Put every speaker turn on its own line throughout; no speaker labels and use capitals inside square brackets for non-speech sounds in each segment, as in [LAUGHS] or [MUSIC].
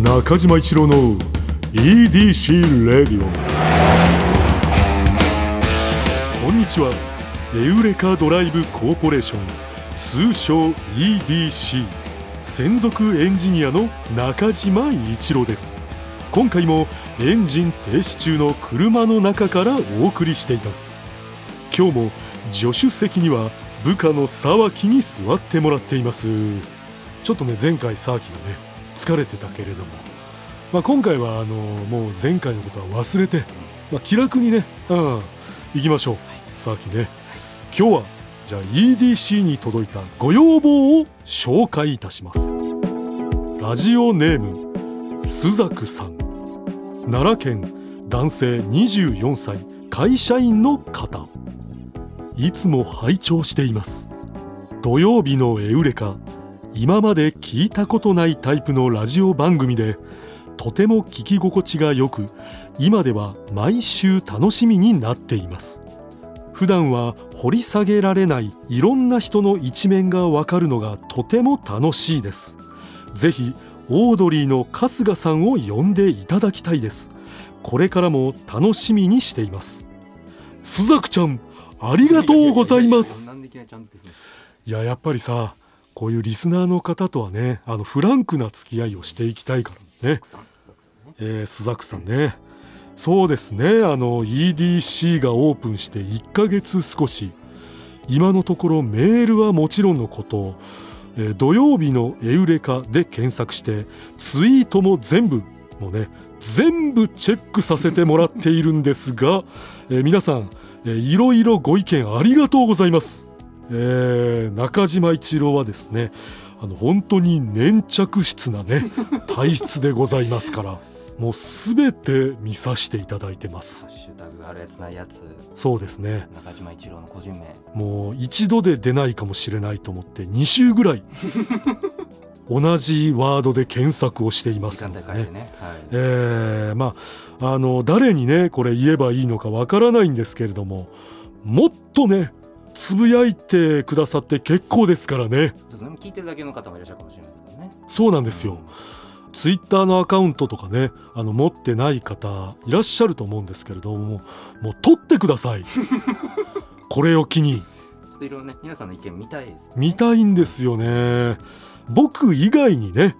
中島一郎の EDC レディオこんにちはエウレカドライブコーポレーション通称 EDC 専属エンジニアの中島一郎です今回もエンジン停止中の車の中からお送りしています今日も助手席には部下の沢木に座ってもらっていますちょっとね前回沢木がね疲れてたけれども、まあ、今回はあのもう前回のことは忘れて、まあ、気楽にね、うん、行きましょう、沢木ね今日はじゃあ EDC に届いたご要望を紹介いたしますラジオネーム須作さん奈良県男性24歳会社員の方いつも拝聴しています土曜日のエウレカ今まで聞いたことないタイプのラジオ番組でとても聞き心地がよく今では毎週楽しみになっています普段は掘り下げられないいろんな人の一面がわかるのがとても楽しいですぜひオードリーの春日さんを呼んでいただきたいですこれからも楽しみにしています須作ちゃんありがとうございます
なんでいきなりちゃん付けするんですか
いややっぱりさこういうリスナーの方とはねあのフランクな付き合いをしていきたいからね、
さん須作さんね
えー、須作さんねそうですねあの EDC がオープンして1ヶ月少し今のところメールはもちろんのこと、えー土曜日の「エウレカ」で検索してツイートも全部もうね全部チェックさせてもらっているんですが、えー皆さん、えーいろいろご意見ありがとうございます、えー中島一郎はですねあの本当に粘着質なね体質でございますからもう全て見させていただいてます
ハッシュタグあるやつないやつ
そうですね
中島一郎の個人名
もう一度で出ないかもしれないと思って2週ぐら
[LAUGHS]
い同じワードで検索をしていま
時
すの
間
で
帯
ね
変えてねはい
えーまああの誰にねこれ言えばいいのかわからないんですけれどももっとねつぶやいてくださって結構ですからね
ちょっとそれも聞いてるだけの方もいらっしゃるかもしれないですからね
そうなんですよツイッターのアカウントとかねあの持ってない方いらっしゃると思うんですけれどももう取ってくだ
[LAUGHS]
さいこれを機に
ちょっといろいろね皆さんの意見見たいですよね
見たいんですよね僕以外にね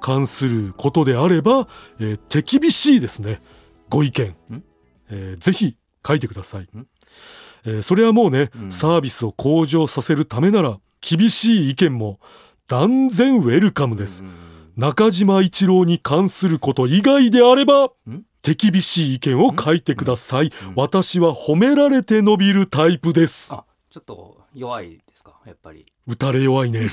関することであれば、えー手厳しいですねご意見
ん、
えーぜひ書いてください、えーそれはもうね、
うん
サービスを向上させるためなら厳しい意見も断然ウェルカムです、
うんうん
中島一郎に関すること以外であれば
ん
手厳しい意見を書いてください、
うん
私は褒められて伸びるタイプです
あちょっと弱いですかやっぱり
打たれ弱いねう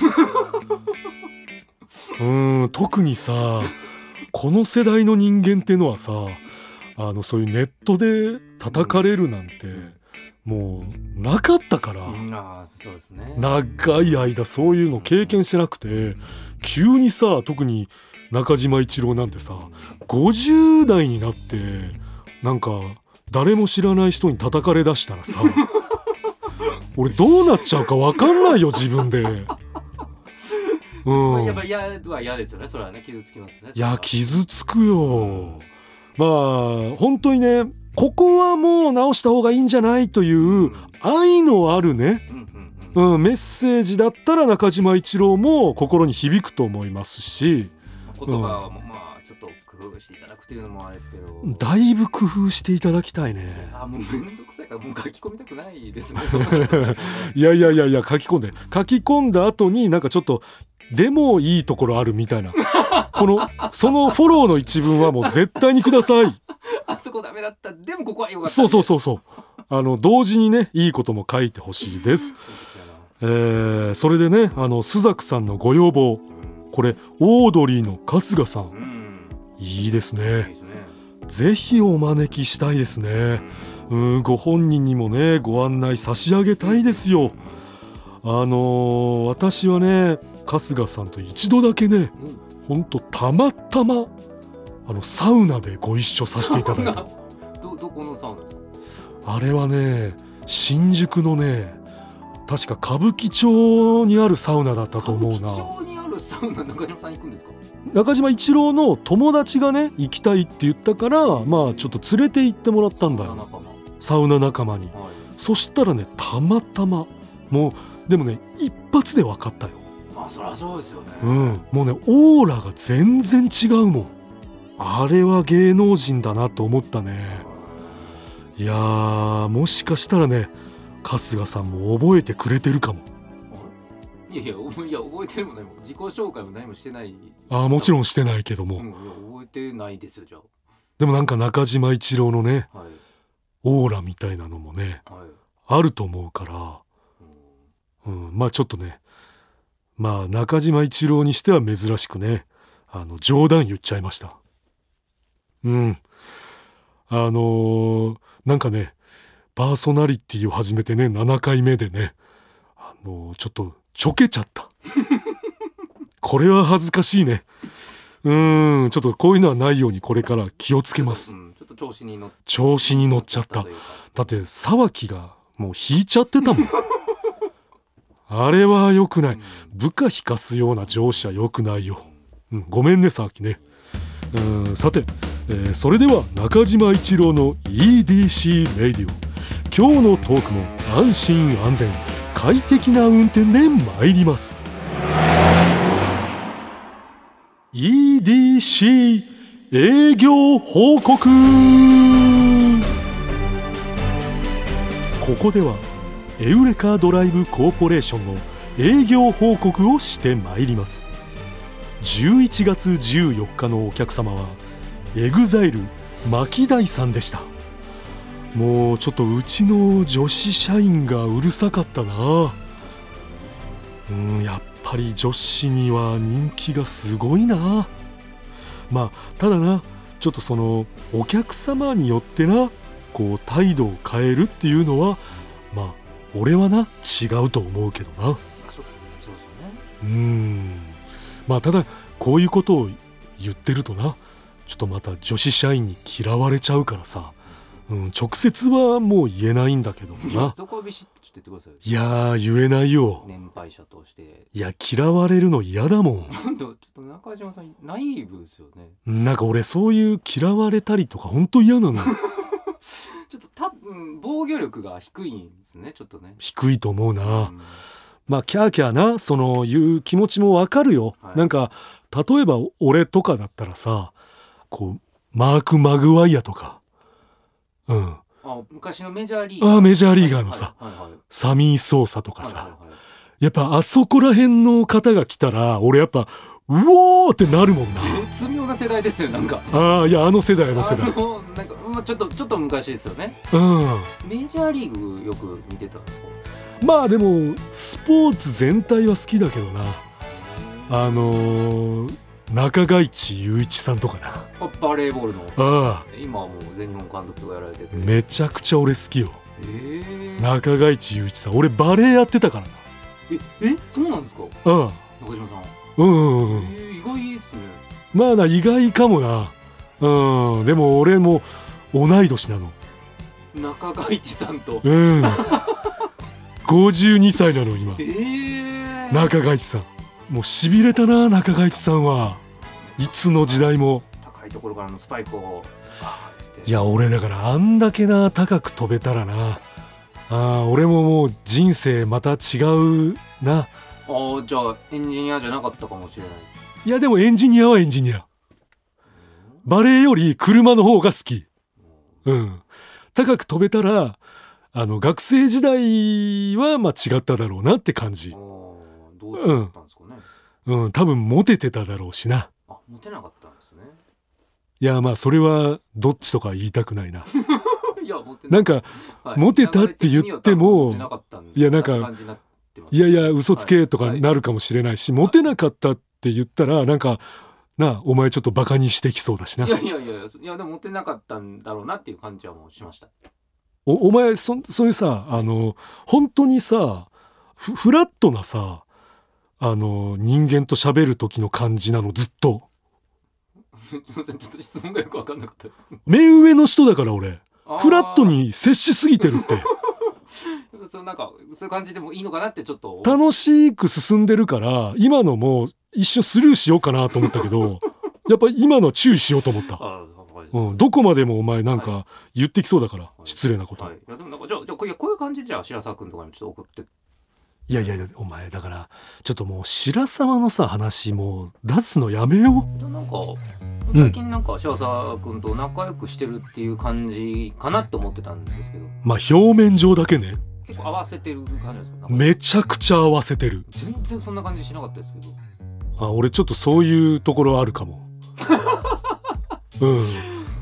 ーん特にさこの世代の人間ってのはさあのそういうネットで叩かれるなんてもうなかったから
うんあーそうですね
長い間そういうの経験してなくて急にさ特に中島一郎なんてさ50代になってなんか誰も知らない人に叩かれだしたら
[LAUGHS]
さ俺どうなっちゃうか分かんないよ自分で。
まあ
うん
やっぱ、嫌は嫌ですよねそれはね傷つきますね
いや傷つくよまあ本当にねここはもう直した方がいいんじゃないという愛のあるね、
うんうんうん
うん、メッセージだったら中島一郎も心に響くと思いますし
言葉はもうまあちょっと工夫していただくというのもあれですけど
だいぶ工夫していただきたいね。
あもうめんどくさいからもう書き込みたくないで
[LAUGHS]
すね。そんなことね
いやいやいやいや書き込んで書き込んだ後になんかちょっとでもいいところあるみたいなこのそのフォローの一文はもう絶対にください
あそこダメだった。でもここは良かった。
そうそうそうそう。あの同時にねいいことも書いてほしいです。えーそれでねあの須作さんのご要望
う
これオードリーの春日さん
ん。うん。
いいです
いいで
ね。
すね。
ぜひお招きしたいですね。うんご本人にもねご案内差し上げたいですよ。あのー私はね春日さんと一度だけね
うん
ほんとたまたまあのサウナでご一緒させていただいた。
どどこのサウナですか。
あれはね新宿のね確か歌舞伎町にあるサウナだったと思う
歌舞伎
な
町にあるサ今中島さん行くんですか
中島一郎の友達がね行きたいって言ったからまあちょっと連れて行ってもらったんだ
あ
よ
仲間
サウナ仲間に
はい
そしたらねたまたまもうでもね一発で分かったよ
まあそりゃそうですよね、
うんもうねオーラが全然違うもんあれは芸能人だなと思ったねいやーもしかしたらね春日さんも覚えてくれてるかも
いやいや覚えいや覚えてるも何も自己紹介も何もしてない
あーもち
ん、
ろんしてないけども、
うん、いや覚えてないですよじゃ
でもなんか中島一郎のね
あはい
オーラみたいなのもね
はい、
あると思うから
う
うん、まあちょっとねまあ中島一郎にしては珍しくねあの冗談言っちゃいましたうんあのーなんかねパーソナリティを始めてね7回目でねあのーちょっとちょけちゃった [LAUGHS] これは恥ずかしいねうんちょっとこういうのはないようにこれから気をつけます
ん、うん、ちょっと調子に乗っ
調子に乗っちゃった
というか
だって沢木がもう引いちゃってたもんあれは良くない
うん
部下引かすような上司は良くないよ、うん、ごめんね沢木ねうんさて、えーそれでは中島一郎の EDC レディオ今日のトークも安心安全快適な運転で参ります EDC 営業報告ここではエウレカドライブコーポレーションの営業報告をしてまいります11月14日のお客様はエグザイル牧大さんでしたもうちょっとうちの女子社員がうるさかったなうんやっぱり女子には人気がすごいなまあただなちょっとそのお客様によってなこう態度を変えるっていうのはまあ俺はな違うと思うけどな
あそうそうですよね
うーんまあただこういうことを言ってるとなちょっとまた女子社員に嫌われちゃうからさ、うん、直接はもう言えないんだけど
い [LAUGHS] や
な
そこはビシッとちょっと言ってください
いやー言えないよ
年配者として
いや嫌われるの嫌だも
なんだちょっと中島さんナイーブですよね
んなんか俺そういう嫌われたりとかほんと嫌な
[LAUGHS]
の
ちょっとた、うん、防御力が低いんですねちょっとね
低いと思うな
うん
まあキャーキャーなその言う気持ちもわかるよ、
はい
なんか例えば俺とかだったらさこうマーク・マグワイアとかうん
あ昔のメジャーリー
ああメジャーリーガーのさ、
はいはいはいはい
サミー・ソーサとか
はい
さ
はいはい
やっぱあそこら辺の方が来たら俺やっぱうおーってなるもんな
絶妙な世代ですよなんか
ああいやあの世代あの世代
のなんか、まあ、ちょっとちょっと昔ですよね
う
メジャーリーグよく見てたんですか
んまあでもスポーツ全体は好きだけどなあのー中垣内雄一さんとかなあ
あバレーボールの
あ
今はもう全日本監督とかやられてて
めちゃくちゃ俺好きよ
えー、
中垣内雄一さん俺バレエやってたからな
ええそうなんですか
ああ
中島さん、
うんうんうん
えー、意外ですね
まあな意外かもなうんでも俺も同い年なの
中川一さんと
うん。52歳なの今
えー、
中垣内さんもうしびれたな中垣内さんはいつの時代も
高いところからのスパイクをあーっつって
いや俺だからあんだけな高く飛べたらなあー俺ももう人生また違うな
あーじゃあエンジニアじゃなかったかもしれない
いやでもエンジニアはエンジニアバレエより車の方が好きうん高く飛べたらあの学生時代はまあ違っただろうなって感
あ
じ
ーどうだったんですかね、
うん多分モテてただろうしな
あモテなかったんですね [LAUGHS]
いやまあそれはどっちとか言いたくない [LAUGHS] な。
いやモテ
なんか
はい
モテたって言っても
流れ的には多分モテなかったん
いやなんか
感じになってます
いやいや嘘つけとか
はい
なるかもしれないし、
はい。
モテなかったって言ったらなんかなあお前ちょっとバカにしてきそうだしない
やいやいやいやいやでもモテなかったんだろうなっていう感じはもうしました
[LAUGHS] おお前そそういうさあの本当にさフフラットなさあの人間と喋る時の感じなのずっと
すいませんちょっと質問がよく分かんなかったです
目上の人だから俺
あー [LAUGHS]
フラットに接しすぎてるって
そうなんかそういう感じでもいいのかなってちょっと
楽しく進んでるから今のも一瞬スルーしようかなと思ったけどやっぱ今の注意しようと思った、
あはい
うん、どこまでもお前なんか言ってきそうだから、
い
失礼なこと、
はい、いやでもなんかじゃあじゃあこういやこういう感じでじゃあ白沢君とかにちょっと送って
いやいやいやお前だからちょっともう白沢のさ話もう出すのやめよう
なんか
ん
最近なんか白沢君と仲良くしてるっていう感じかなって思ってたんですけど
まあ表面上だけね
結構合わせてる感じですかなんか
めちゃくちゃ合わせてる
全然そんな感じしなかったですけど
あ俺ちょっとそういうところあるかも
[LAUGHS]
うん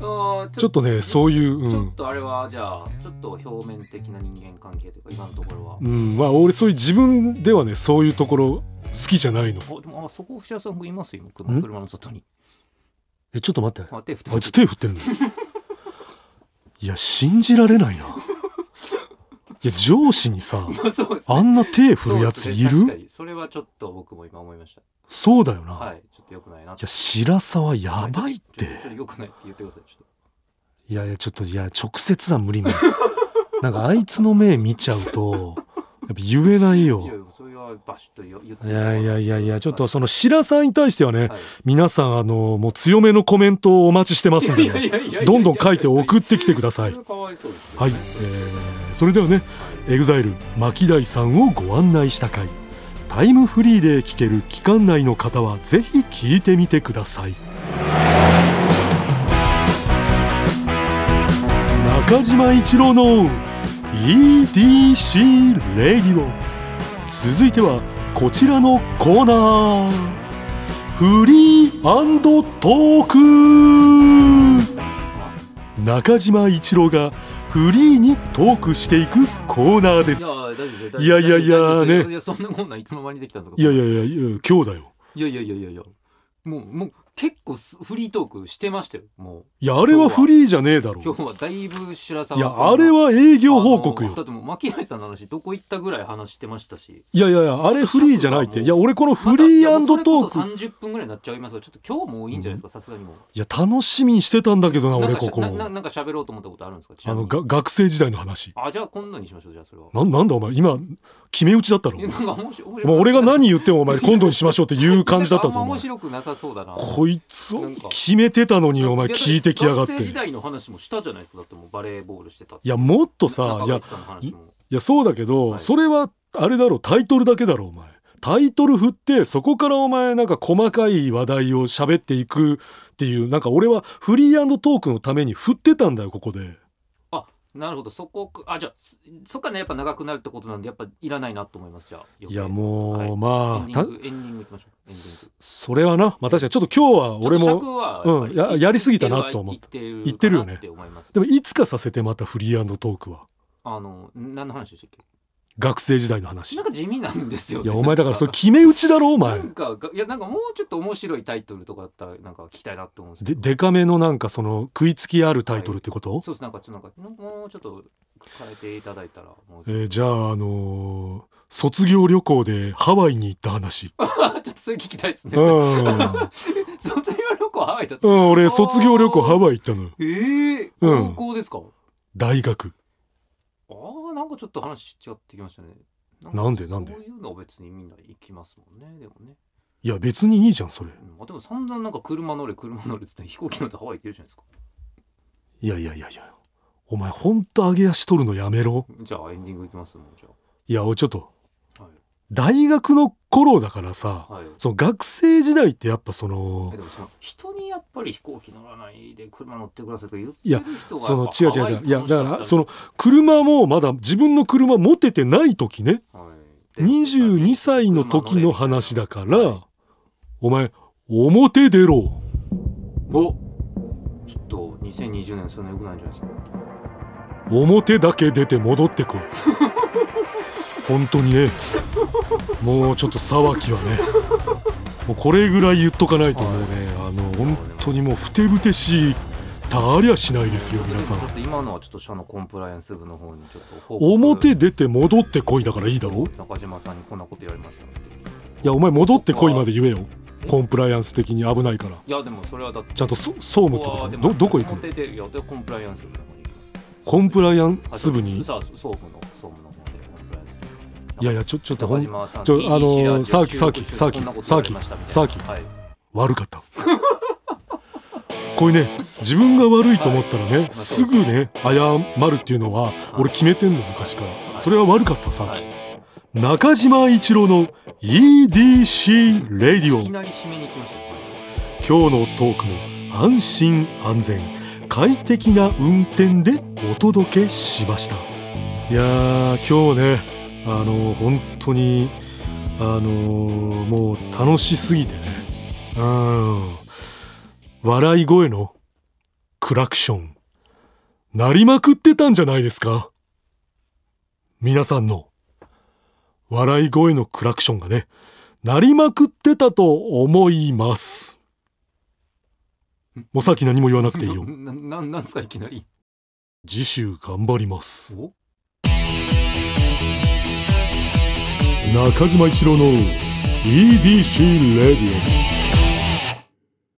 あー
ちょっとねそういうう
ちょ
ん
っとあれはじゃあちょっと表面的な人間関係というか今のところは、
うんまあ俺そういう自分ではねそういうところ好きじゃないの
あでもあそこ藤田さんがいますよ今
ん
車車の外に
えちょっと待って
あ手振って
あいつ手振ってるのいや信じられないないや上司にさ
まあ [LAUGHS] そうです
あんな手振るやつい
そうですね確
る
かにそれはちょっと僕も今思いまし
そうだよな、、
たはいいちょっと良くないな
や白沢やばいっ
ちょちょ
て
っと良くないって言ってくださいちょっ
いやいやちょっといや直接は無理無理 [LAUGHS] なんかあいつの目見ちゃうとやっぱ言えない
といやい
よ
やそれはバシッと言言って
いやいやいやいやちょっとその白沢に対してはね、
はい
皆さんあのもう強めのコメントをお待ちしてますん
い
で
や
ね
いやいやいや
どんどん書いて送ってきてくだ
そ
さ
れ
い
はかわいそうですけど
はい、
ね
えーそれではね
はい
EXILE 牧大さんをご案内した回タイムフリーで聴ける期間内の方はぜひ聴いてみてください中島一郎の EDC レディオ続いてはこちらのコーナーフリートーク
あ
中島一郎がフリーにトークしていくコーナーで
い
す
や大丈夫です
いやいやいや
大丈夫です
ね
いやそんなこんなんいつの間にできたんですか
いやいやいやいや今日だよ
いやいやいやいやいやもうもう結構すフリートークしてましたよも
いやあれはフリーじゃねえだろ
う今日はだいぶ白沢
いやあれは営業報告
あのだ
よ
ってもう巻貝さんの話どこ行ったぐらい話してましたし
いやいやいやあれフリーじゃないっていや俺このフ
い
リ
やも
ー
うそ
ト
れこ
ー
そ
ク
30分ぐらいになっちゃいますがちょっと今日もういいんじゃないですかさすがにもう
いや楽しみにしてたんだけどな
なん
俺
かし
ここ
なななんか喋ろうと思ったことあるんですかち
あ
なみ
の
に
が学生時代の話
あじゃあ今度にしましょうじゃあそれは
なんなんだお前今決め打ちだったろ
いやなんか面白い面白い
もう俺が何言ってもお前今度にしましょうっていう感じだったぞお
なん [LAUGHS] かあんま
前
面白くなさそうだな
こいつを
なんか
決めてたのにお前聞いてきやがって
学生時
い
代の話もしたじゃないですかだってもうバレーボールしてたって
やもっとさい
中
や
垣さんの話も
いやそうだけど、
はい
それはあれだろタイトルだけだろお前タイトル振ってそこからお前なんか細かい話題を喋っていくっていうなんか俺はフリートークのために振ってたんだよここで
なるほどそこくあじゃあそそっからねやっぱ長くなるってことなんでやっぱいらないなと思いますじゃあ
いやもう、まあ
エンディ
た
ングエンディングいきましょうエンディング
それはなまあ確かにちょっと今日は俺
ちょっと
も
尺は
うんややりすぎたなと思った
言
言ってるよね
って思います
でもいつかさせてまたフリートークは
あの何の話でしたっ
学生時代の
け
話い
なんか地味なんですよね
やお前だからそれ
なん
決め打ちだろお
か
前
なんかがいやなんかもうちょっと面白いタイトルとかだったらなんか聞きたいなって思うんですけ
で
ど
デカめのなんかその食いつきあるタイトルってこと、
そうですなんかちょっとなんかもうちょっと変えていただいたらもう
え
ちょっ
ーじゃああのー卒業旅行でハワイに行った
[LAUGHS]
話
とちょっとそれ聞きたいですね
う
[LAUGHS]
ん、
卒業旅行ハワイだった
うん、俺卒業旅行ハワイ行ったのよ
ええ
うん
高校ですか、
大学
ああなんかちょっと話違ってきましたねな
なんでなんで
そういうのは別にみんな行きますもんねでもね、
いや別にいいじゃんそれ
うん、あでも散々なんか車乗れ車乗れっつって飛行機乗ってハワイ行ってるじゃないですか
いやいやいやいやお前ほんと上げ足取るのやめろ
じゃあエンディングいきますもんじ
いやおいちょっと
ゃあはい
大学の頃だからさ
はい
その学生時代ってやっぱそ
え
の
でもその人にやっぱり飛行機乗らないで車乗ってくださいとか言って
いや
る人が
その違う違う違ういやだからそ
の
の車もまだ自分の車持ててない時ね22歳の時の話だからお前表出ろ
おちょっと2020年そんな良くないんじゃないですか
表だけ出て戻って [LAUGHS] こい本当にねもうちょっと騒ぎはねもうこれぐらい言っとかないともうね、あの本当にもうふてぶてしいたありゃしないですよ皆さ
ちょっ
ん
と今のはちょっと社のコンプライアンス部の方にちょっと報告
表出て戻ってこいだからいいだろ
中島さんにこんなことやりましたって
いやお前戻ってこいまで言えよコンプライアンス的に危ないから
いやでもそれはだって
ちゃんとそ総務
ここ
と
はで
か
も
どどこ行くの
表でいやでコンプライアンス部の方に行きます
コンプライアンス部に
さあ総務の総務の方で
いやいやちょちょっとほ
中
ん
島さん
ちょ
いい知ら
あの
ずで
サーキ
収録
サーキサー
中
キ
こんなこと
サーキ
言われましたみたいな
サーキ
はい
悪かったこれね自分が悪いと思ったらねすぐね謝るっていうのは俺決めてんの昔からそれは悪かったさっ
はい
き中島一郎の EDC レディオ
いきなり締めに行きました
今日のトークも安心安全快適な運転でお届けしましたいやー今日ねあの本当にあのもう楽しすぎてねうん笑い声のクラクション鳴りまくってたんじゃないですか皆さんの笑い声のクラクションがね鳴りまくってたと思いますもうさっき何も言わなくていいよ
な [LAUGHS] ななんすかいきなり
次週頑張ります
お
中島一郎の EDC レディ